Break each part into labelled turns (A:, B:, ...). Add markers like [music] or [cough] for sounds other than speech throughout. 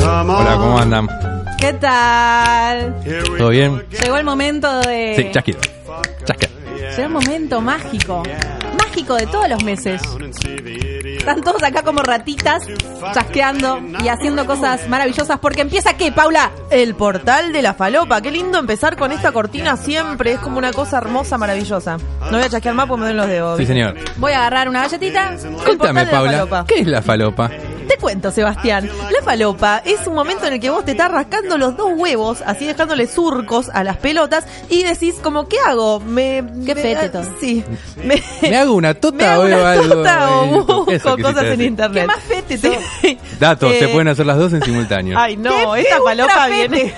A: Hola,
B: Ah.
A: ¿cómo andan?
C: ¿Qué tal?
A: ¿Todo bien?
C: Llegó el momento de.
B: Eh.
A: Sí, chasquido. Chasca.
C: Llegó un momento mágico. Mágico de todos los meses. Están todos acá como ratitas, chasqueando y haciendo cosas maravillosas. Porque empieza qué, Paula?
B: El portal de la falopa. Qué lindo empezar con esta cortina siempre. Es como una cosa hermosa, maravillosa. No voy a chasquear más porque me duelen los dedos.
A: Sí, señor.
C: Voy a agarrar una galletita.
B: El portal
A: Cuéntame,
B: de la
A: Paula,
B: falopa.
A: ¿qué es la
B: [laughs]
A: falopa?
B: Te cuento, Sebastián. La falopa es un momento en el que vos te estás rascando los dos huevos, así dejándole surcos a las pelotas y decís, como, ¿qué hago? Me,
C: Qué
B: me-
C: fétido.
B: Sí.
A: [laughs]
B: Me,
A: ¿Me hago una tota
B: me hago
A: o veo
B: una
A: algo?
B: torta o
A: Eso
B: busco
A: quisiste
B: cosas en
A: decir.
B: internet.
C: ¿Qué más fétido? [laughs]
B: Sí.
A: Datos, se
B: Eh,
A: pueden hacer las dos en simultáneo.
B: [laughs] Ay, no, esta
C: ultra
B: falopa
C: fete.
B: viene.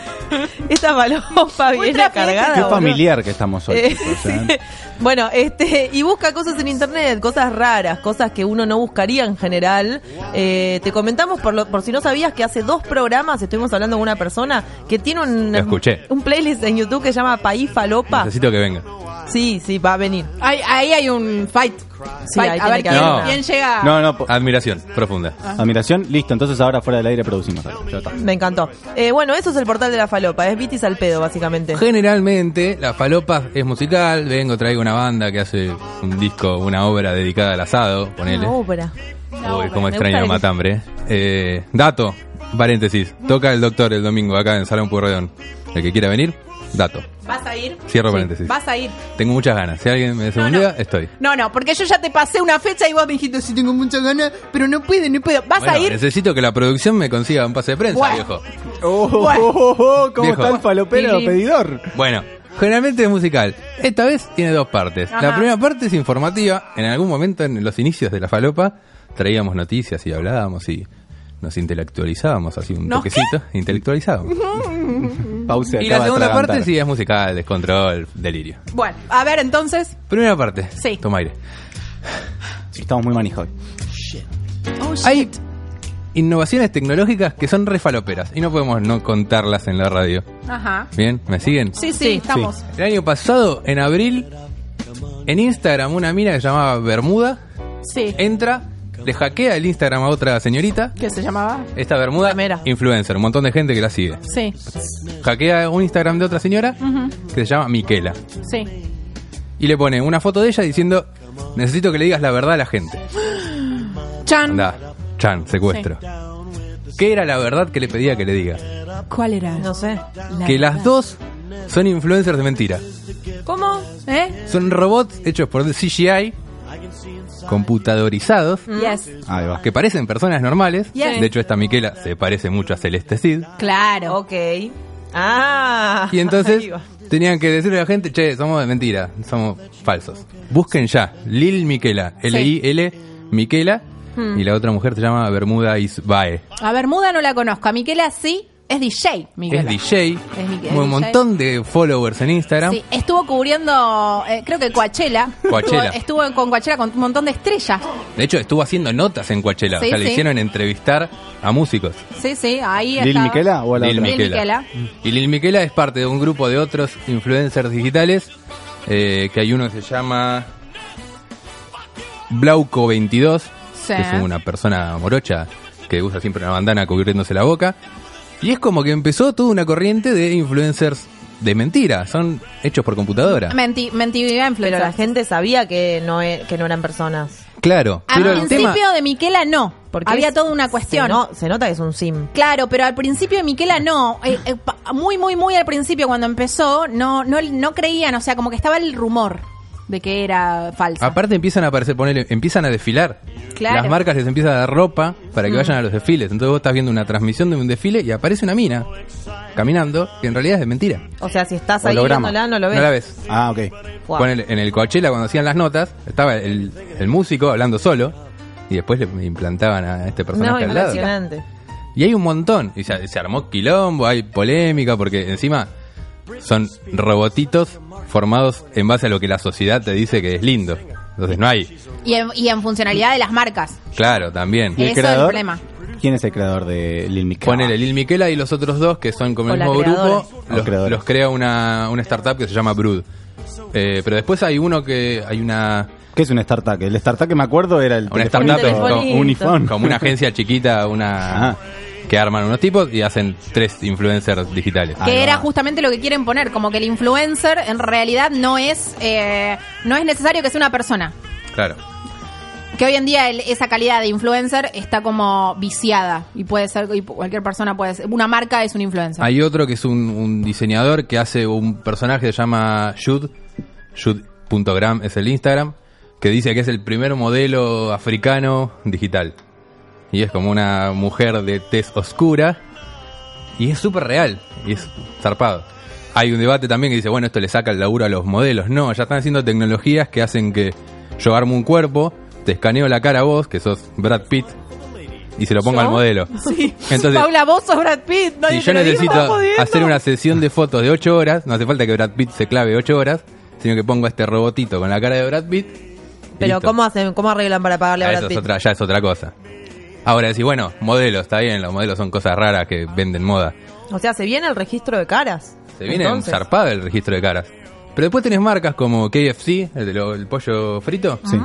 B: Esta falopa viene
C: fete.
B: cargada.
D: Qué
B: boludo.
D: familiar que estamos hoy.
B: Eh,
D: chicos,
B: sí.
D: ¿eh?
B: Bueno, este, [laughs] y busca cosas en internet, cosas raras, cosas que uno no buscaría en general. Eh, te comentamos, por, lo- por si no sabías, que hace dos programas estuvimos hablando con una persona que tiene un,
A: Lo escuché.
B: un playlist en YouTube que se llama País Falopa.
A: Necesito que venga.
B: Sí, sí, va a venir.
C: Ahí, ahí hay un fight.
B: Sí,
C: Fight.
B: ahí
C: a
B: tiene
C: ver
B: que
C: quién,
A: haber una-
C: quién llega.
D: No, no, po-
A: Admiración profunda.
D: admiración, listo. Entonces ahora fuera del aire producimos algo. Ya está.
B: Me encantó. Eh, bueno, eso es el portal de la falopa, es Vitis al pedo, básicamente.
A: Generalmente la falopa es musical, vengo, traigo una banda que hace un disco, una obra dedicada al asado, ponele.
B: Una obra.
A: Uy, cómo
B: me
A: extraño
B: gusta
A: el
B: el-
A: matambre. Eh, dato, paréntesis, toca el doctor el domingo acá en Salón Pueyrredón. El que quiera venir, dato.
C: ¿Vas a ir?
A: Cierro paréntesis.
C: Vas a ir.
A: Tengo muchas ganas. Si alguien me hace un
C: No, no.
A: día, estoy.
C: No, no, porque yo ya te pasé una fecha y vos me dijiste, sí tengo muchas ganas, pero no puedo, no puedo. ¿Vas
A: Bueno,
C: a ir?
A: necesito que la producción me consiga un pase de prensa,
C: Bueno.
A: viejo.
D: Oh,
C: Bueno.
D: oh, oh, ¿Cómo
A: Viejo.
D: está el falopero
C: Tilín.
D: pedidor?
A: Bueno, generalmente es musical. Esta vez tiene dos partes.
C: Ajá.
A: La primera parte es informativa. En algún momento, en los inicios de la falopa, traíamos noticias y hablábamos y nos intelectualizábamos así un
C: ¿Nos [laughs]
A: toquecito. Intelectualizábamos.
D: Pausa.
A: Y la segunda parte sí es musical, descontrol, delirio.
C: Bueno, a ver entonces.
A: Primera parte.
C: Sí.
A: Toma aire.
D: Estamos muy manijos. hoy.
A: Hay innovaciones tecnológicas que son refaloperas y no podemos no contarlas en la radio.
C: Ajá.
A: ¿Bien? ¿Me siguen?
C: Sí, sí,
B: Sí,
C: estamos.
D: sí.
A: El año pasado, en abril, en Instagram, una mina que se llamaba Bermuda
C: Sí. Eh.
A: entra, le hackea el Instagram a otra señorita.
C: ¿Qué se llamaba?
A: Esta Bermuda,
B: Ramera.
A: influencer, un montón de gente que la sigue.
C: Sí,
A: Hackea un Instagram de otra señora que se llama Miquela.
C: sí.
A: Y le pone una foto de ella diciendo: Necesito que le digas la verdad a la gente.
C: Chan,
A: Anda, Chan, secuestro. ¿Qué era la verdad que le pedía que le diga?
C: ¿cuál era?
B: No sé.
A: que las dos son influencers de mentira.
C: ¿Cómo? ¿Eh?
A: Son robots hechos por CGI, computadorizados,
C: Yes.
D: Ahí va.
A: que parecen personas normales.
C: Yes.
A: De hecho, esta Miquela se parece mucho a Celeste Cid.
C: Claro.
B: Mm. Ok. Ah.
C: [laughs]
A: Y entonces
B: [laughs] ahí va.
A: tenían que decirle a la gente, che, somos de mentira, somos falsos. Busquen ya, Lil Miquela, L-I-L Miquela,
C: Hmm.
A: y la otra mujer se llama Bermuda Isbae.
C: A Bermuda no la conozco. A Miquela sí. Es DJ, Miquela.
A: Es DJ,
C: Es Miquela,
A: con un
C: DJ.
A: montón de followers en Instagram.
C: Sí, estuvo cubriendo, eh, creo que Coachella.
A: Coachella.
C: Estuvo, estuvo con Coachella con un montón de estrellas.
A: De hecho, estuvo haciendo notas en Coachella,
C: Sí,
A: o sea, le
C: sí.
A: hicieron entrevistar a músicos.
C: Sí, sí, ahí
D: ¿Lil
C: estaba.
D: Miquela o a la
A: Lil
D: otra?
C: Mi-
A: Miquela. Y Lil Miquela es parte de un grupo de otros influencers digitales, eh, que hay uno que se llama Blauco22,
C: Sí.
A: que es una persona morocha que usa siempre una bandana cubriéndose la boca. Y es como que empezó toda una corriente de influencers de mentira, son hechos por computadora.
C: Menti, mentividad
B: Pero
C: influencer.
B: la gente sabía que no, e- que no eran personas.
A: Claro,
C: Al
A: pero el
C: principio
A: tema...
C: de Miquela no, porque
B: Porque
C: había
B: es-
C: toda una cuestión.
B: Se, no- se nota que es un sim.
C: Claro, pero al principio de Miquela no. Eh, eh, pa- muy, muy, muy al principio cuando empezó, no, no, no creían, o sea, como que estaba el rumor de que era falso.
A: Aparte empiezan a aparecer, ponele, empiezan a desfilar.
C: Claro.
A: Las marcas les empiezan a dar ropa para
B: Mm.
A: que vayan a los desfiles. Entonces vos estás viendo una transmisión de un desfile y aparece una mina caminando que en realidad es de mentira.
B: O sea, si estás ahí
D: Holograma.
B: viéndola, no lo ves.
A: No la ves.
D: Ah, ok.
B: Guau.
A: Ponele, en el Coachella cuando hacían las notas estaba el, el músico hablando solo y después le implantaban a este personaje
B: No,
A: al lado.
B: impresionante.
A: Y hay un montón. Y se, se armó quilombo, hay polémica, porque encima son robotitos formados en base a lo que la sociedad te dice que es lindo. Entonces no hay.
C: Y, en, y en funcionalidad de las marcas.
A: Claro, también.
D: ¿Y
C: Eso es el problema.
D: ¿Quién es el creador de Lil Miquela?
A: Ponele Lil Miquela y los otros dos que son como
B: O
A: el
B: la
A: mismo
B: creadora.
A: grupo,
D: O
A: los,
D: creadores.
A: los crea una, una startup que se llama Brood. Eh, pero después hay uno que hay una
D: ¿Qué es una startup? El startup que me acuerdo era el
A: Una
D: telefonito
A: startup es como-
D: Unifón.
A: como una agencia chiquita, una
D: Ah,
A: que arman unos tipos y hacen tres influencers digitales.
D: Ah,
C: Que
D: no.
C: era justamente lo que quieren poner, como que el influencer en realidad no es, eh, no es necesario que sea una persona.
A: Claro.
C: Que hoy en día el- esa calidad de influencer está como viciada y puede ser, y cualquier persona puede ser. Una marca es un influencer.
A: Hay otro que es un, un diseñador que hace un personaje que se llama Jude. Jude.gram es el Instagram. Que dice que es el primer modelo africano digital. Y es como una mujer de tez oscura. Y es súper real. Y es zarpado. Hay un debate también que dice, bueno, esto le saca el laburo a los modelos. No, ya están haciendo tecnologías que hacen que yo armo un cuerpo, te escaneo la cara a vos, que sos Brad Pitt, y se lo pongo
C: ¿Yo?
A: al modelo.
C: [laughs] Sí.
A: Entonces-
C: Paula, vos sos Brad Pitt. nadie
A: Si
C: te
A: yo
C: lo dijo.
A: necesito
C: Estás jodiendo.
A: hacer una sesión de fotos de 8 horas, no hace falta que Brad Pitt se clave 8 horas, sino que pongo a este robotito con la cara de Brad Pitt. y
B: Pero
A: listo.
B: ¿cómo hacen? ¿Cómo arreglan para pagarle
A: Ah,
B: a
A: eso
B: Brad
A: es
B: Pitt?
A: otra, ya es otra cosa. Ahora decís, bueno, modelos, está bien, los modelos son cosas raras que venden moda.
B: O sea, se viene el registro de caras.
A: Se viene
B: Entonces,
A: zarpado el registro de caras. Pero después tenés marcas como KFC, el, de lo- el pollo frito,
D: Sí.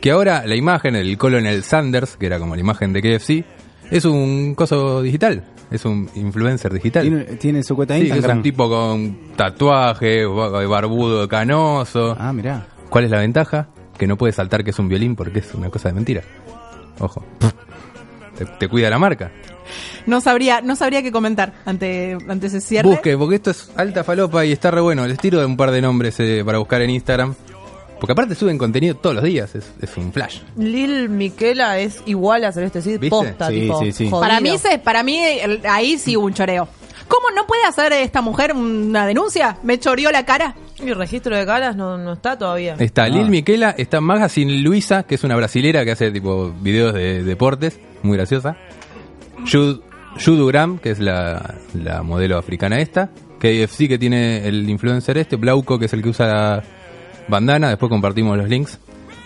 A: que ahora la imagen, el Colonel Sanders, que era como la imagen de KFC, es un coso digital, es un influencer digital.
D: ¿Tiene, tiene su cuenta de
A: Sí, que es
D: Instagram.
A: un tipo con tatuaje, ba- barbudo, canoso.
D: Ah, mirá.
A: ¿Cuál es la ventaja? Que no puede saltar que es un violín porque es una cosa de mentira. Ojo. Te, te cuida la marca.
C: No sabría, no sabría qué comentar ante, ante ese cierre.
A: Busque, porque esto es alta falopa y está re bueno. Les tiro de un par de nombres eh, para buscar en Instagram. Porque aparte suben contenido todos los días. Es, es un flash.
B: Lil Miquela es igual a Celeste Cid
A: ¿Viste?
B: posta,
D: Sí,
B: tipo,
D: sí, sí.
B: jodido.
C: Para mí, se, para mí el- ahí sí hubo un choreo. ¿Cómo no puede hacer esta mujer una denuncia? Me choreó la cara.
B: Mi registro de caras no, no está todavía.
A: Está
D: Ah.
A: Lil Miquela, está Magazine Luisa, que es una brasilera que hace tipo videos de deportes, muy graciosa. Judu Gram, que es la, la modelo africana esta. KFC, que tiene el influencer este. Blauco, que es el que usa bandana. Después compartimos los links.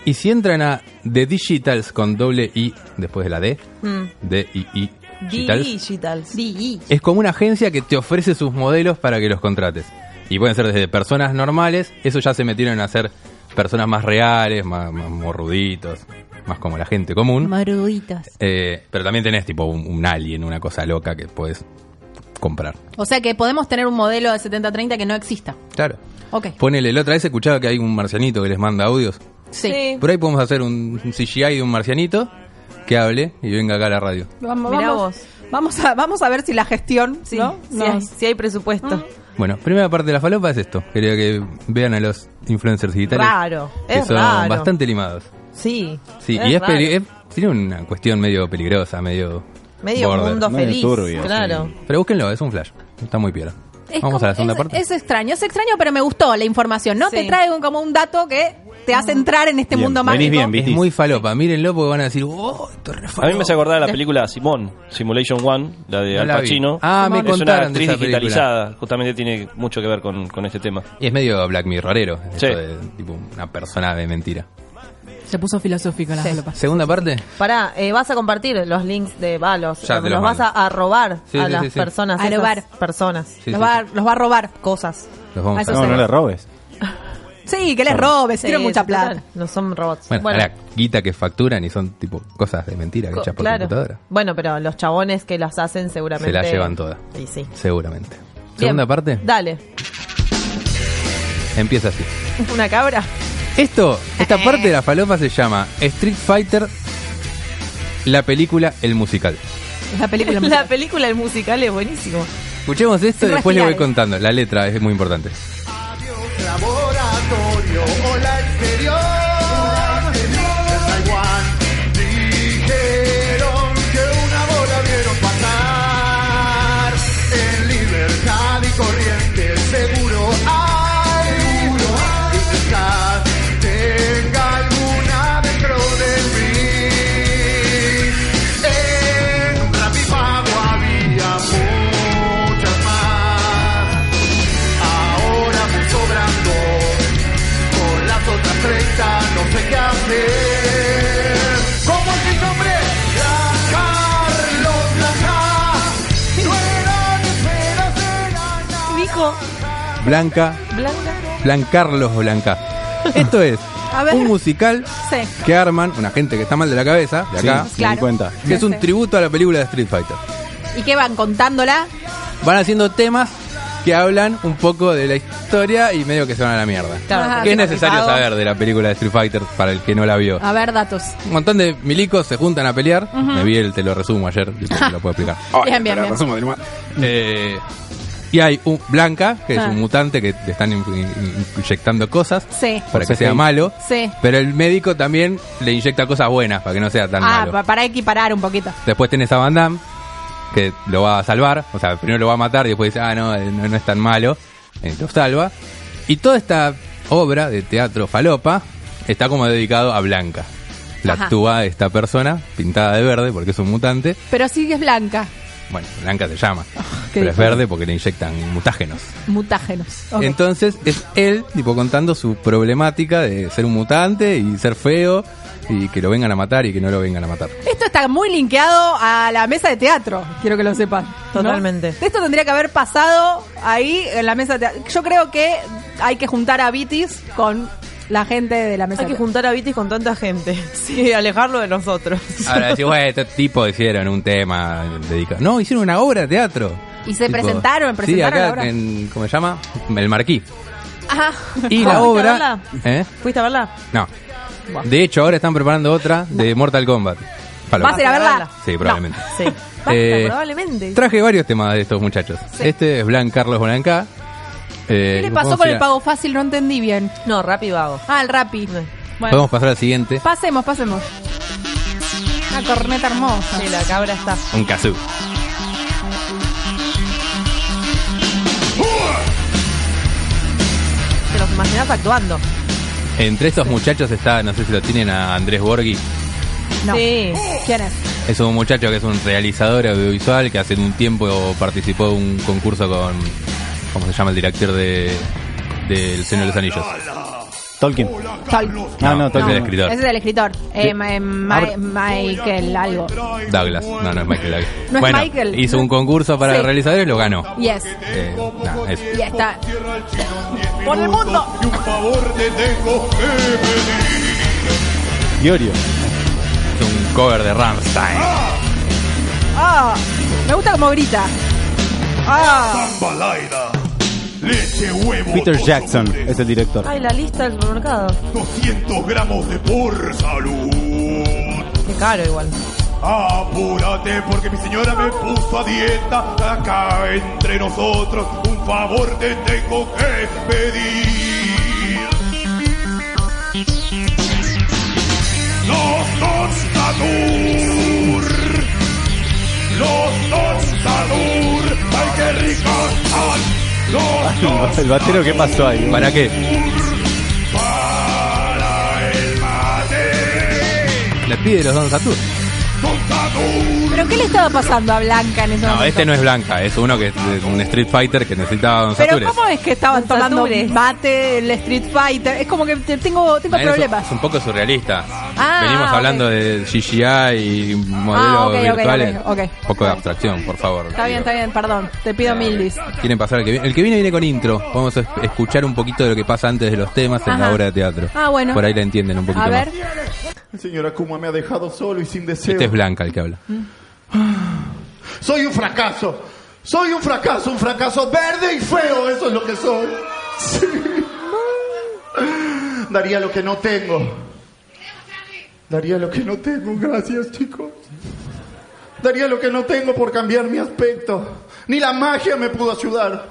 A: Y si entran a The Digitals con doble I después de la D,
B: Mm.
A: D-I-I, Digitals,
B: Digitals.
A: es como una agencia que te ofrece sus modelos para que los contrates. Y pueden ser desde personas normales, eso ya se metieron a ser personas más reales, más, más morruditos, más como la gente común.
C: Maruditas.
A: Eh, pero también tenés tipo un, un alien, una cosa loca que puedes comprar.
C: O sea que podemos tener un modelo de 70-30 que no exista.
A: Claro.
C: Ok.
A: Ponele, la otra vez escuchaba que hay un marcianito que les manda audios.
C: Sí.
A: Por ahí podemos hacer un un CGI de un marcianito que hable y venga acá a la radio.
C: Vamos,
B: Mirá
C: vamos,
B: vos.
C: vamos a, vamos a ver si la gestión,
B: Sí,
C: ¿no?
B: sí,
C: No. Ah.
B: hay, sí hay presupuesto.
A: Bueno, primera parte de la falopa es esto. Quería que vean a los influencers digitales.
B: Raro,
A: Que
B: es
A: son
B: raro.
A: bastante limados.
B: Sí.
A: Sí, y es,
B: raro.
A: peli- es- tiene una cuestión medio peligrosa, medio.
B: Medio
A: border.
B: mundo
D: Medio
B: feliz.
D: turbio,
B: claro.
D: sí.
A: Pero búsquenlo, es un flash. Está muy piola.
C: Es
A: Vamos
C: como-
A: a la segunda
C: es-
A: parte.
C: Es extraño, es extraño, pero me gustó la información, ¿no?
B: Sí.
C: Te trae un- como un dato que te hace entrar en este
D: Bien,
C: mundo mágico.
D: venís bien,
A: Es
D: Vitis.
A: muy falopa, mírenlo porque van a decir, oh, esto es
E: A mí me
A: re
E: hace
A: falopa".
E: acordar de la película Simón, Simulation One, la de
A: No
E: Al
A: la vi.
E: Pacino.
A: Ah, me
E: es una
A: contaron de
E: actriz
A: esa película.
E: digitalizada, justamente tiene mucho que ver con, con este tema.
A: Y es medio Black Mirrorero.
E: Sí.
A: esto de, tipo una persona de mentira.
C: Se puso filosófico la
B: Sí.
C: falopa.
A: Segunda parte.
B: Pará, eh, vas a compartir los links de balos.
A: Ya te
B: los
A: los
B: vas a,
A: mando.
B: a robar
A: Sí,
B: a
A: sí,
B: las
A: sí, sí.
B: personas.
C: A
B: esas
C: robar.
B: personas.
A: Sí,
C: los,
A: sí,
C: va,
A: sí.
C: los va a robar cosas.
A: Los vamos
C: Ah,
A: a
C: eso
A: ver.
D: No, no le robes.
C: Sí, que les robes,
B: Sí,
C: tienen mucha plata.
B: total, No son robots.
A: Bueno, a la guita que facturan y son tipo cosas de mentira que
B: co-
A: hechas por
B: claro.
A: computadora.
B: Bueno, pero los chabones que las hacen seguramente.
A: Se la llevan toda.
B: Y sí.
A: Seguramente. Segunda
B: Bien,
A: parte
B: Dale.
A: empieza así.
B: [laughs] Una cabra.
A: Esto,
C: Eh.
A: esta parte de la falopa se llama Street Fighter, la película, el musical.
C: [laughs] La película.
B: La película, el musical es buenísimo.
A: Escuchemos esto y
C: Sin
A: después le voy
C: respirar.
A: contando. La letra es muy importante.
F: laboratorio o la exterior. De Taiwán dijeron que una bola vieron pasar en libertad y corriente. Seguro hay y pescar. Tenga alguna dentro del ring. En Rapipago había muchas más ahora me sobrando. Con las otras 30 no sé qué hacer. ¿Cómo es mi nombre? Gran Carlos Blanca. No eran esferas, eran
B: Dijo
A: Blanca,
B: Blanca.
A: Blancarlos o Blanca. Esto es
C: [laughs] A ver.
A: un musical
C: Sí.
A: que arman una gente que está mal de la cabeza, de acá,
D: Sí, me
C: Claro.
D: di cuenta.
A: que es un tributo a la película de Street Fighter.
C: ¿Y qué van contándola?
A: Van haciendo temas que hablan un poco de la historia y medio que se van a la mierda.
B: Claro,
C: Ajá.
A: que es
B: tengo
A: necesario
B: equipado.
A: saber de la película de Street Fighter para el que no la vio.
C: A ver, datos.
A: Un montón de milicos se juntan a pelear. Me vi el te lo resumo
C: [laughs]
A: ayer, y te lo puedo explicar.
C: bien, bien, bien.
A: Eh, y hay un Blanca, que
C: Ah.
A: es un mutante que te están in- in- inyectando cosas
C: Sí.
A: para que
D: Sí.
A: sea malo.
C: Sí.
A: Pero el médico también le inyecta cosas buenas para que no sea tan
C: Ah,
A: malo.
C: pa- para equiparar un poquito.
A: Después tenés a Van Damme, que lo va a salvar. O sea, primero lo va a matar y después dice, ah, no, eh, no, no es tan malo. eh, lo salva. Y toda esta obra de teatro falopa está como dedicado a Blanca. La
C: Ajá.
A: actúa esta persona, pintada de verde, porque es un mutante.
C: Pero sí es blanca.
A: Bueno, Blanca se
C: [laughs]
A: llama.
C: Ah, qué
A: pero es
C: difícil.
A: verde porque le inyectan mutágenos.
C: Mutágenos. Ok.
A: Entonces es él, tipo, contando su problemática de ser un mutante y ser feo y que lo vengan a matar y que no lo vengan a matar.
C: Esto está muy linkeado a la mesa de teatro, quiero que lo sepan. ¿no?
B: Totalmente.
C: Esto tendría que haber pasado ahí en la mesa de teatro. Yo creo que hay que juntar a Vitis con la gente de la mesa
B: Hay
C: de
B: que
C: teatro.
B: juntar a Vitis con tanta gente. [laughs] Sí, alejarlo de nosotros.
A: Ahora decís, bueno, este tipo hicieron un tema dedicado. No, hicieron una obra de teatro.
C: Y se presentaron,
A: Sí,
C: presentaron la
A: acá
C: obra.
A: en, ¿cómo se llama? El Marquí.
C: Ajá. [laughs]
A: Y
C: Ah.
B: ¿Fuiste a
A: la obra...
B: verla?
A: ¿Eh?
B: ¿Fuiste a verla?
A: No. De hecho, ahora están preparando otra de Mortal Kombat. Paloma.
C: ¿Vas a ir a verla?
A: Sí, probablemente.
B: Sí.
C: Basta,
A: Eh,
C: probablemente.
A: Traje varios temas de estos muchachos.
C: Sí.
A: Este es Blan Carlos Eh, Blanca.
C: ¿Qué le pasó con el pago fácil? No entendí bien.
B: No, rápido vago.
C: Ah, el Rappi. Bueno,
A: Podemos pasar al siguiente.
C: pasemos, pasemos. Una corneta hermosa.
B: Sí, la cabra está.
A: Un kazoo.
B: Te los imaginas actuando.
A: Entre estos muchachos está, no sé si lo tienen, a Andrés Borghi.
C: No.
B: Sí.
C: ¿Quién es?
A: Es un muchacho que es un realizador audiovisual que hace un tiempo participó de un concurso con, ¿cómo se llama? El director de, de El Señor de los Anillos.
D: Tolkien. Ah,
A: es
D: no,
A: el
D: Tolkien.
A: escritor.
C: Ese es el escritor. Eh, Ma- Ma-
D: Abre-
C: Michael, algo.
A: Douglas. No, no es Michael Douglas.
C: No es
A: bueno,
C: Michael.
A: hizo un concurso para
C: Sí.
A: realizadores y lo ganó.
C: Yes.
A: Eh, nah, es-
C: Y está. ¡Por el mundo!
F: Y un favor te tengo que pedir.
D: Diorio.
A: es un cover de Rammstein.
C: ¡Ah! Me gusta como grita. ¡Ah!
F: Balaida, leche, huevo.
D: Peter
F: dos
D: Jackson
F: yogures,
D: es el director.
B: Ay, la lista del supermercado.
F: 200 gramos de por salud.
B: Qué caro igual.
F: Apúrate porque mi señora me puso a dieta. Acá entre nosotros un favor te tengo que pedir. Los dos Natur. Los dos Natur. Ay, qué rico. están. Los dos
D: [laughs] El batero, ¿qué pasó ahí?
A: ¿Para qué?
F: para el mate.
A: Le pide los Don Satur.
F: Don Natur.
C: ¿Pero qué le estaba pasando a Blanca en ese
A: No,
C: momento?
A: este no es Blanca, es uno que es de un Street Fighter que necesitaba Don
C: Pero
A: Satures.
C: ¿cómo es que estaban
B: Los
C: tomando
B: Satures.
C: mate, el Street Fighter? Es como que te- tengo, tengo
A: También es un-
C: problemas.
A: Es un poco surrealista.
C: Ah,
A: Venimos
C: ok.
A: hablando de GGI y modelos
C: Ah, ok, ok,
A: virtuales.
C: ok, ok.
A: Un poco de abstracción, por favor.
C: Está bien,
A: Digo,
C: está bien, perdón. Te pido mil dis.
A: ¿Quieren pasar al que viene? El que viene viene con intro. Vamos a es- escuchar un poquito de lo que pasa antes de los temas en
C: Ajá.
A: la obra de teatro.
C: Ah, bueno.
A: Por ahí la entienden un poquito
C: A ver.
A: más.
F: Señora Kuma me ha dejado solo y sin deseo.
A: Este es Blanca el que habla.
C: Mm.
F: Soy un fracaso. Soy un fracaso, un fracaso verde y feo. Eso es lo que soy. [laughs] Sí. Daría lo que no tengo. Daría lo que no tengo. Gracias, chicos. Daría lo que no tengo por cambiar mi aspecto. Ni la magia me pudo ayudar.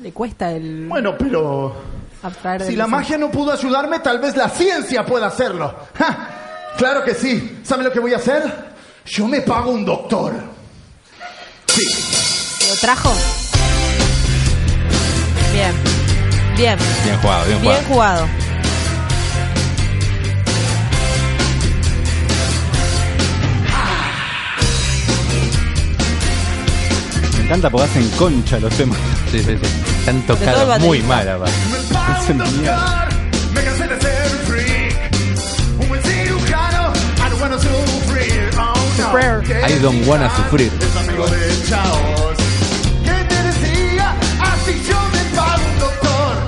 C: Le cuesta el.
F: Bueno, pero...
C: abstraer
F: Si
C: del-
F: la magia no pudo ayudarme, tal vez la ciencia pueda hacerlo. ¡Ja! Claro que sí. ¿Sabe lo que voy a hacer? Yo me pago un doctor.
C: ¿Lo trajo?
B: Bien. Bien.
A: Bien jugado, bien
B: Bien
A: jugado.
B: jugado.
D: Me encanta porque hacen concha los temas.
A: Sí, sí, sí. Están
B: todo el
A: tocados
B: baterista.
A: muy mal, aparte.
F: Me pago
D: Es
F: un
D: genial.
F: doctor, me cansé de ser un freak. Un buen cirujano, I don't wanna sufrir. Oh, no.
C: Sufrir.
F: Que
A: I don't wanna
F: Titán
A: sufrir.
F: Es amigo de Chaos. ¿Qué te decía? Así yo me pago un doctor.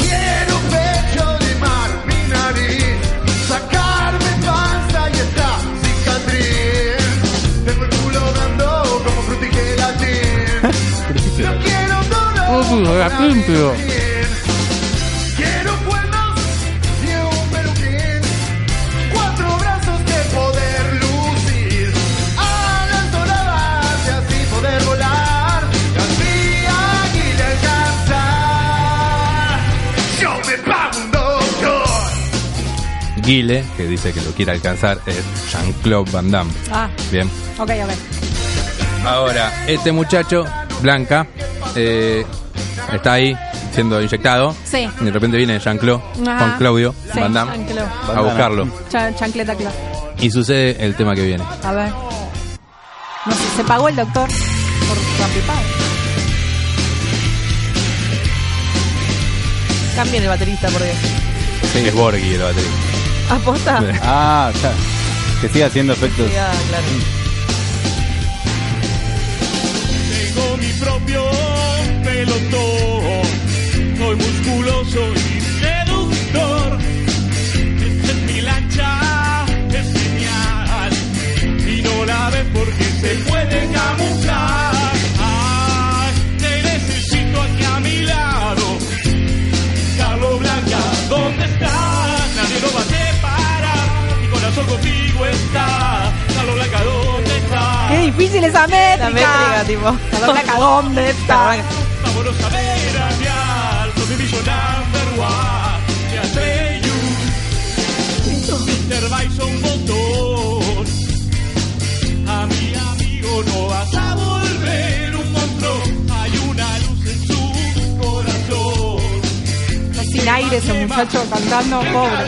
F: Quiero pecho de mar, mi nariz, sacarme panza y está
G: Limpio.
F: Quiero cuernos y un peluquín, cuatro brazos de poder lucir, alas doradas y así poder volar, las mi águila alcanzar. Yo me pago un doctor.
A: Guile, que dice que lo quiere alcanzar, es Jean-Claude Van Damme.
C: Ah,
A: Bien.
C: ok, ok.
A: Ahora, este muchacho, Blanca, eh, está ahí siendo inyectado.
C: Sí.
A: Y de repente viene Jean-Claude
C: Ajá.
A: con Claudio
C: Sí,
A: Van Damme
C: Jean-Claude.
A: a buscarlo.
C: Cha- chancleta, claro.
A: Y sucede el tema que viene.
C: A ver. No sé, se pagó el doctor por rapipago.
B: Cambien el baterista, por Dios.
A: Es Borghi el baterista.
B: ¿Aposta?
A: Sí.
D: Ah, ya. Que siga haciendo efectos.
B: Sí, ah, claro.
G: Tengo mi propio pelotón. Soy musculoso y seductor. Esta es mi lancha, es genial. Y no la ves porque se puede camuflar. Ay, te necesito aquí a mi lado. Carlos Blanca, ¿dónde estás? Nadie lo va a separar. Mi corazón contigo está. Carlos Blanca, ¿dónde estás?
C: ¡Qué difícil esa métrica!
B: La métrica, [laughs] tipo.
C: Ah. La métrica, ¿dónde está?
G: Vámonos a ver a Dial, soy mi number one, te atreyu. Mr. Bison Botón, a mi amigo no vas a volver un monstruo, hay una luz en su corazón.
C: Está sin aire ese muchacho cantando, pobre.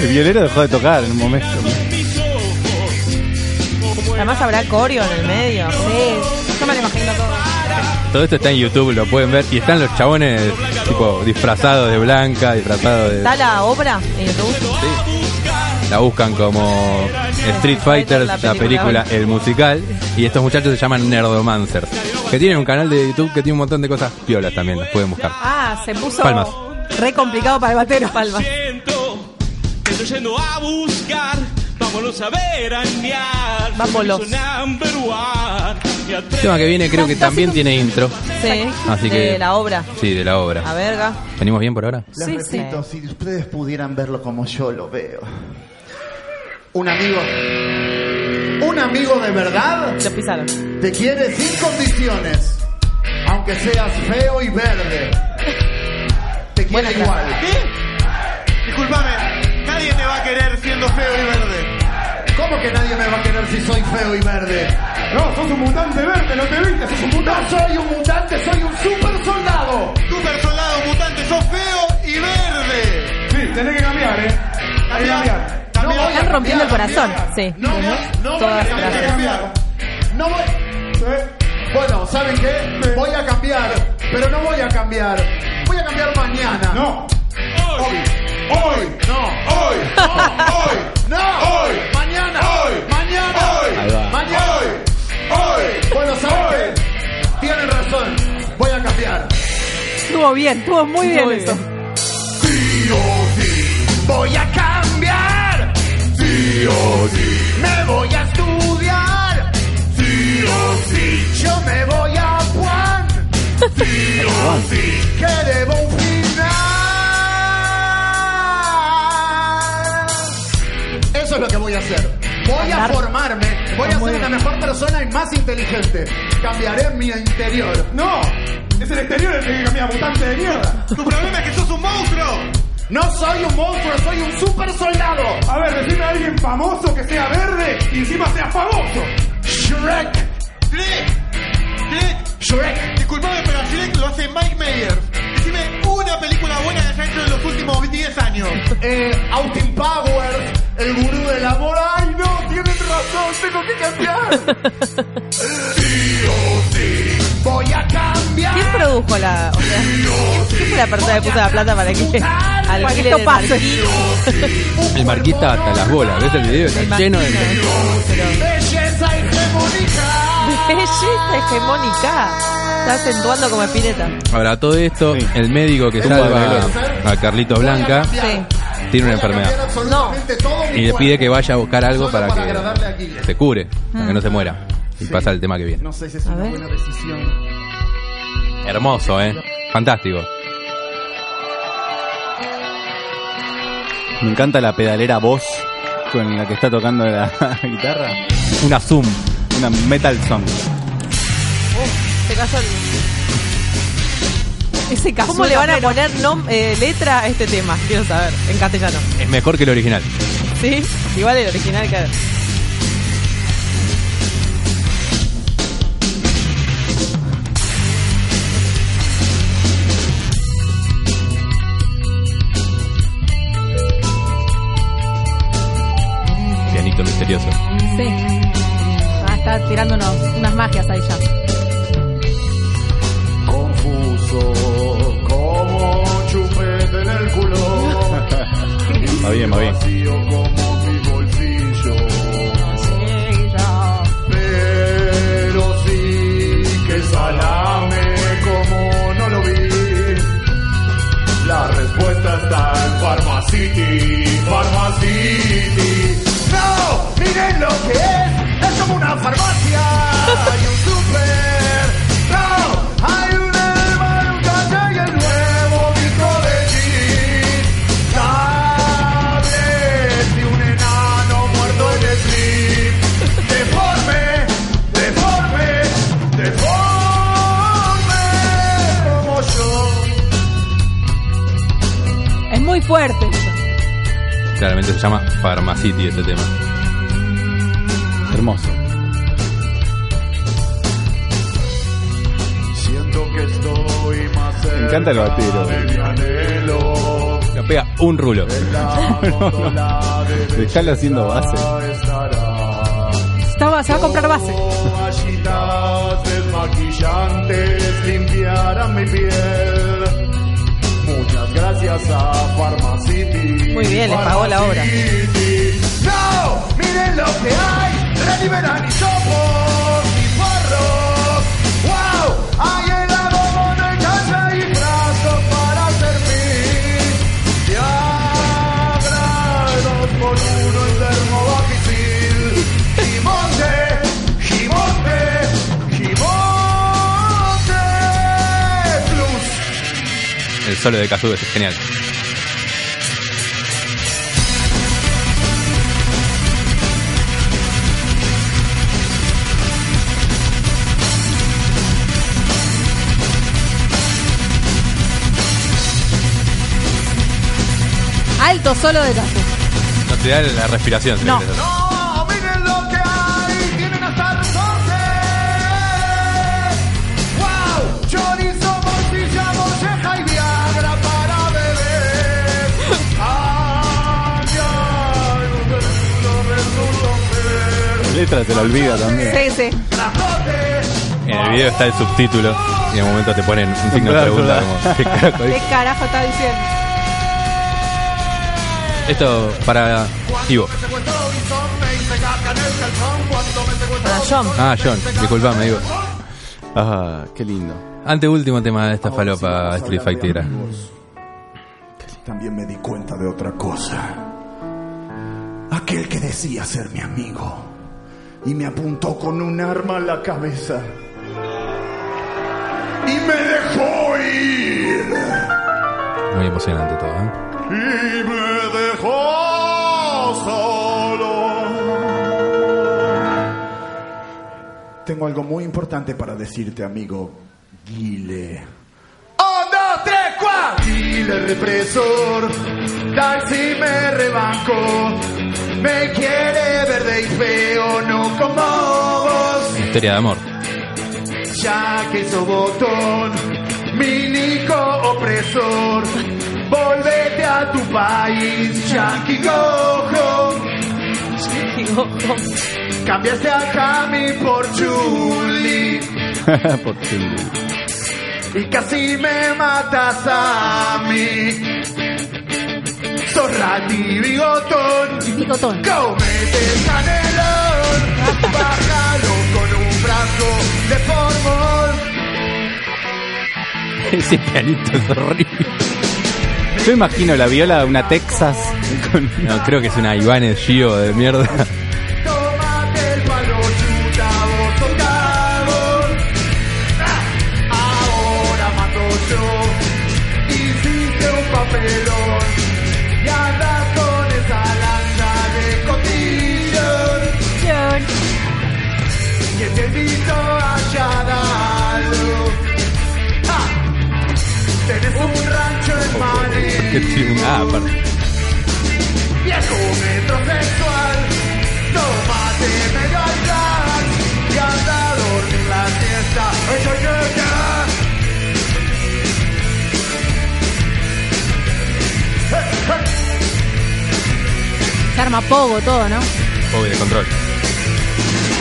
D: El violero dejó de tocar en un momento.
B: Además habrá corio en el medio.
C: Sí, yo me lo imagino todo.
A: Todo esto está en YouTube, lo pueden ver. Y están los chabones, tipo, disfrazados de Blanca, disfrazados de.
B: ¿Está la obra en YouTube?
A: La buscan como Street Fighter, la película, el musical. Y estos muchachos se llaman Nerdomancers. Que tienen un canal de YouTube que tiene un montón de cosas piolas también, las pueden buscar.
C: Ah, se puso
A: Palmas.
C: re complicado para el batero. Palmas.
G: Siento que estoy yendo a buscar, vámonos a ver a Dial,
B: Vámonos.
G: number one, te
A: El tema que viene creo que también tiene intro.
B: Sí.
A: Así
B: de
A: que-
B: la obra.
A: Sí, de la obra.
B: A verga.
A: ¿Venimos bien por ahora?
F: Les
C: Sí,
F: repito, si ustedes pudieran verlo como yo lo veo. Un amigo. Un amigo de verdad
B: Lo pisaron.
F: te quiere sin condiciones. Aunque seas feo y verde. Te quiere
B: Buena
F: igual.
G: Disculpame, nadie te va a querer siendo feo y verde.
F: ¿Cómo que nadie me va a querer si soy feo y verde? No, sos un mutante verde, no te viste, sos un mutante. No soy un mutante, soy un super soldado.
G: Super soldado mutante, sos feo y verde.
F: Sí, tenés que cambiar, eh.
G: Cambiar, cambiar.
F: voy a
C: Están rompiendo el
F: cambiar,
C: corazón.
F: cambiar.
C: Sí.
F: No voy, no voy
C: Todas
F: a cambiar.
C: las-
F: cambiar. No voy. eh, Bueno, ¿saben qué? Voy a cambiar, pero no voy a cambiar. Voy a cambiar mañana. No. Hoy. Hoy. No. Hoy. Hoy. No. Hoy. Mañana. Hoy. Mañana.
D: Ahí va.
F: Hoy. Mañana. Hoy. Hoy. Bueno, ¿saben qué? Tienen razón. Voy a cambiar.
C: Estuvo bien, estuvo muy bien
B: Muy
C: eso.
F: Sí o sí, voy a cambiar. Sí o sí, me voy a estudiar. Sí o sí, yo me voy a Juan. Sí o sí, que debo un final. Eso es lo que voy a hacer. Voy a
C: Andar.
F: formarme, voy a ser una mejor persona y más inteligente. Cambiaré mi interior. No, es el exterior el que cambia, mutante de mierda.
G: Tu problema es que sos un monstruo.
F: No soy un monstruo, soy un super soldado. A ver, decime a alguien famoso que sea verde y encima sea famoso. Shrek,
G: Shrek, Shrek.
F: Shrek.
G: Disculpame, pero a Shrek lo hace Mike Myers. Decime una película buena que haya hecho en los últimos 10 años.
F: Eh, Austin Powers, el gurú del amor. Ay, no, tienen razón, tengo que cambiar. [laughs] sí o sí, voy a cambiar.
B: ¿Quién produjo la.? O sea, ¿Quién fue la persona que puso la plata para que. Al
C: Para que esto pase.
A: El marquita hasta las bolas. ¿Ves el video? Está lleno de.
F: Belleza hegemónica.
B: Belleza hegemónica. Está acentuando como espineta.
A: Ahora, todo esto,
D: Sí.
A: el médico que
D: Un
A: salva
D: modelo.
A: a Carlitos Blanca
F: Sí.
A: tiene una
F: Voy a cambiar
A: enfermedad.
F: absolutamente todo mi
A: Y le pide
F: cuerpo.
A: que vaya a buscar algo
F: Solo
A: para
F: para agradarle a
A: que
F: Guille.
A: se cure, para que no se muera. Y pasa el tema que viene.
F: No sé si es una
B: ver.
F: buena decisión.
A: Hermoso, ¿eh? Fantástico.
D: Me encanta la pedalera voz con la que está tocando la [laughs] guitarra.
A: Una Zoom.
D: Una metal song.
C: este
B: Se cayó el-
C: Ese caso.
B: ¿Cómo le van a poner nom- eh, letra a este tema? Quiero saber, en castellano.
A: Es mejor que el original.
B: ¿Sí? Igual el original, claro.
A: Pianito misterioso.
C: Sí. Ah, está tirándonos unas magias ahí ya.
F: Confuso como chupete en el
D: [laughs]
F: culo.
D: Va bien, va bien.
F: Vacío como mi bolsillo. Pero sí que salame como no lo vi. La respuesta está en Pharmacity, Pharmacity. ¡No! ¡Miren lo que es! ¡Es como una farmacia! ¡Hay un super! ¡No! ¡Hay un hermano, un calle y el nuevo disco de Jeep! ¡Tablet y un enano muerto en el slip! ¡Deforme! ¡Deforme! ¡Deforme! Como yo.
C: Es muy fuerte. eso.
A: Claramente se llama Pharmacity este tema.
D: Hermoso.
F: Siento que estoy más cerca
D: Me encanta el batido.
F: de mi anhelo.
A: La pega un rulo.
F: La
D: Dejalo haciendo base.
F: derecha estará.
C: Estaba, se va a comprar base.
B: Oh.
F: Toallitas desmaquillantes limpiarán mi piel. Muchas gracias a Pharmacity.
B: Muy bien, les pagó la obra.
F: Pharmacity. ¡No! ¡Miren lo que hay! ¡Reliberan y somos guiparros! ¡Wow! Hay helado, mono y casa y brazos para servir. Diagrados con uno en termovapicil. ¡Gimonte! ¡Gimonte! ¡Gimonte! ¡Plus!
A: El solo de Kazoo es genial.
C: Alto solo de caso.
A: No te da la respiración.
C: No.
F: ¡No! ¡Miren lo que hay! ¡Tienen hasta resortes! ¡Wow! Chorizo, morcilla, molleja y Viagra para beber. ¡Ay, ay! Un verdugo, verdugo, ver.
D: Letra se la olvida también.
C: Sí, sí.
F: ¡Grasote!
A: En el video está el subtítulo y en un momento te ponen un signo de
D: Claro,
A: pregunta
D: claro.
A: como, ¿qué carajo [laughs]
C: ¿Qué
A: es?
C: carajo está diciendo?
A: Esto para Ivo.
F: Me secuestró Bison, me hice caca en el calzón. Cuando me secuestró
B: Ah, John.
A: Ah, John, disculpame, Ivo.
D: Ah, qué lindo. [laughs]
A: Ante último tema de esta falopa Street Fighter.
F: También me di cuenta de otra cosa. Aquel que decía ser mi amigo y me apuntó con un arma a la cabeza y me dejó ir.
A: Muy emocionante todo, ¿eh?
F: Y me dejó solo. Tengo algo muy importante para decirte, amigo Guile. ¡Un, Oh, dos, tres, cuatro! Guile represor, taxi me rebanco. Me quiere verde y feo, no como vos.
A: Historia de amor.
F: Ya que sos botón, milico opresor, volvete a tu país, yanqui gojo.
A: Ah.
F: Cambiaste a Cami por Julie
D: Por fin.
F: y casi me matas a mí. Sos rati bigotón.
C: Bigotón.
F: Comete canelón, bájalo con un frasco de formol.
A: [laughs] Ese pianito es horrible.
D: Yo imagino la viola de una Texas con
A: No, creo que es una Ibanez Gio de mierda. [laughs]
F: Tómate el
H: Ah,
F: palo, chuta, vos tocado. Ahora
H: necesito hallar algo. ¡Ja! Ah, Tenés un rancho en Madrid.
A: Qué ching- Ah, aparte.
H: Viejo metrosexual, tomate medio al gas y anda a dormir la siesta. Ay, ay, ay, ay.
C: Se arma pogo todo, ¿no?
A: Obvio, de control.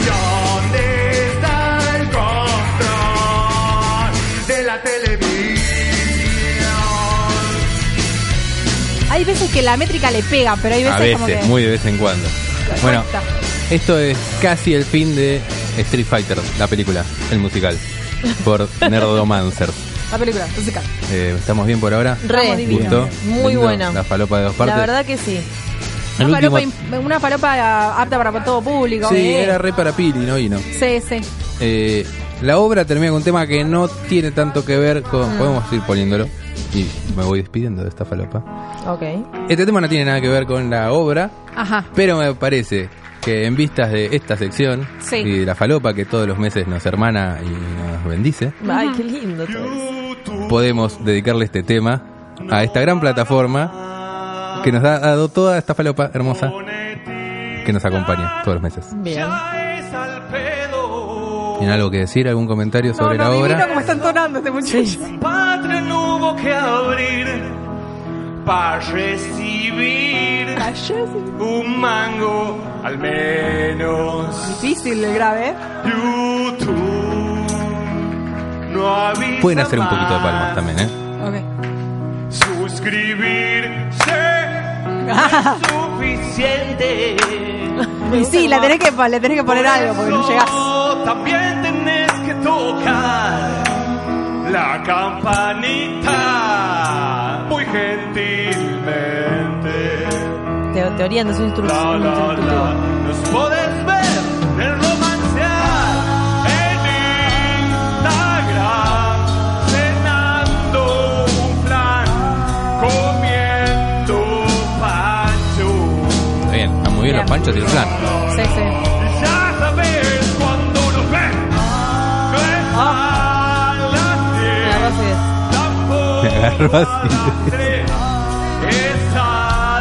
H: ¿Dónde está el control de la televisión?
C: Hay veces que la métrica le pega, pero hay veces,
A: A
C: como que.
A: veces, muy de vez en cuando. Bueno, esto es casi el fin de Street Fighter, la película, el musical, [laughs] por Nerdomancer.
C: La película, musical.
A: Eh, ¿Estamos bien por ahora?
C: Estamos
B: Re.
C: divinos.
A: ¿Gustó?
B: Muy
A: Lindo,
B: buena.
A: La falopa de dos partes.
B: La verdad que sí.
A: El
C: Una
A: último-
C: falopa, in- una falopa apta para todo público.
A: Sí,
C: ¿eh?
A: era re para Pili, ¿no? Y no.
C: Sí, sí.
A: Eh, la obra termina con un tema que no tiene tanto que ver con...
B: Mm.
A: Podemos ir poniéndolo. Y me voy despidiendo de esta falopa.
B: Ok.
A: Este tema no tiene nada que ver con la obra,
C: Ajá.
A: pero me parece que en vistas de esta sección
C: Sí.
A: y de la falopa que todos los meses nos hermana y nos bendice,
B: Ay, qué lindo todo eso.
A: podemos dedicarle este tema a esta gran plataforma que nos ha dado toda esta falopa hermosa que nos acompaña todos los meses.
B: Bien.
A: ¿Tienen algo que decir? ¿Algún comentario
C: No,
A: sobre
C: no,
A: la
C: divino
A: obra?
C: como está entonando este muchacho.
F: Patria no hubo que abrir para recibir un mango al menos.
C: Difícil el grave, ¿eh?
F: YouTube no avisa
A: Pueden hacer un poquito de palmas
F: más.
A: también, ¿eh?
C: Ok. [laughs]
F: Suscribirse es suficiente.
C: Y sí, la tenés que, po- le tenés que poner algo porque no llegás.
F: Eso También tenés que tocar la campanita muy gentilmente.
B: Te, te orientas, es un instru-
F: La,
B: un
F: la, la,
B: instructivo.
F: nos podés ver en romancear en Instagram, cenando un plan, comiendo pancho.
A: Está bien, están muy bien los panchos y el plan.
C: Sí, sí.
F: Y ya sabes cuando nos ven, no es a las
B: Me agarró así de-
F: 10,
A: Ah. Me agarró
F: tampoco a
A: así.
F: las 3, es a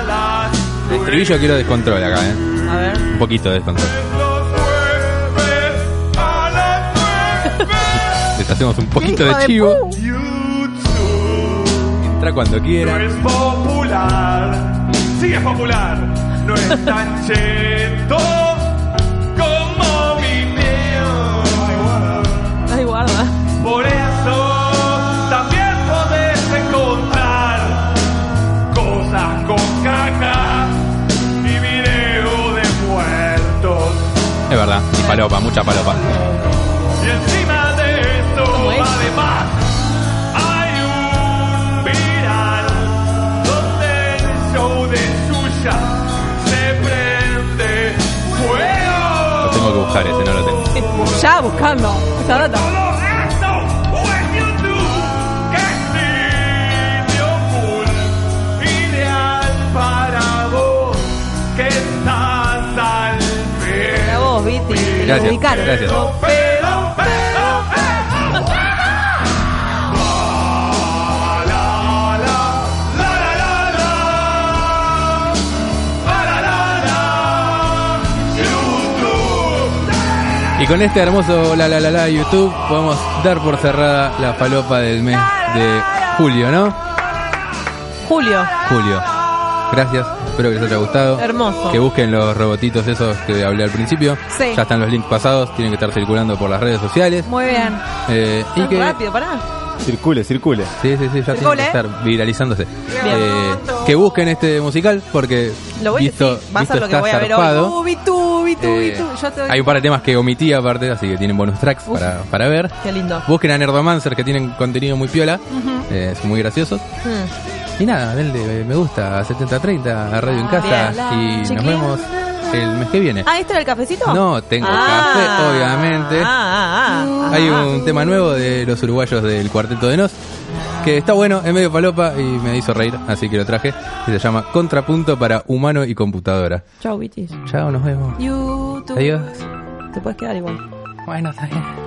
F: las
A: El estribillo quiero descontrol acá, ¿eh?
B: A ver.
A: Un poquito de descontrol. Les hacemos un poquito de
C: Hijo de
A: chivo.
C: pu-
F: [laughs] YouTube
A: Entra cuando
F: no
A: quiera.
F: es popular, sí es popular, no es tan [laughs] cheto como video.
B: Ay,
F: [laughs]
B: guarda.
F: Por eso también podés encontrar cosas con caca y video de muertos.
A: Es verdad. Y palopa, mucha palopa.
F: Y encima de esto,
B: ¿Cómo es?
F: además, hay un viral donde el show de Suya se prende
A: Lo
F: fuego.
A: tengo que buscar ese, no lo tengo.
C: Ya buscando. Esa data.
F: Todo esto es YouTube, que es sitio cool, ideal para vos que estás al pie.
B: Para vos, Viti.
A: Gracias.
C: Ubicar.
A: Gracias.
F: Pero, pero, pero.
A: Y con este hermoso la la la la YouTube podemos dar por cerrada la palopa del mes de julio, ¿no?
B: Julio.
A: Julio. Gracias, espero que les haya gustado.
B: Hermoso.
A: Que busquen los robotitos esos que hablé al principio.
C: Sí.
A: Ya están los links pasados, tienen que estar circulando por las redes sociales.
C: Muy bien.
A: Eh, y que
B: Rápido, pará.
D: Circule, circule.
A: Sí, sí, sí, ya tiene
C: Circule.
A: que estar viralizándose. Eh, que busquen este musical porque
B: Lo voy a
A: visto,
B: decir, va a
A: visto
B: ser lo que
A: está
B: voy a ver hoy. Uh,
A: zarpado.
C: Tubi, tubi, tubi,
A: Eh,
C: tubi. Yo te
A: hay un par de temas que omití aparte, así que tienen bonus tracks
B: Uf.
A: para, para ver.
B: Qué lindo.
A: Busquen a Nerdomancer que tienen contenido muy piola, eh, son muy graciosos.
B: Mm.
A: Y nada, denle eh, me gusta a 7030, a Radio en Casa
B: Ah, Bien.
A: y
B: Chiquilina.
A: nos vemos el mes que viene.
B: Ah, ¿este era el cafecito?
A: No, tengo café, obviamente.
B: Ah, ah, ah.
A: Hay un tema nuevo de los uruguayos del Cuarteto de Nos que está bueno, es medio palopa y me hizo reír, así que lo traje. Y se llama Contrapunto para Humano y Computadora.
B: Chau, Vitis.
A: Chao, nos vemos.
C: YouTube.
A: Adiós.
B: Te puedes quedar igual. Bueno, está bien.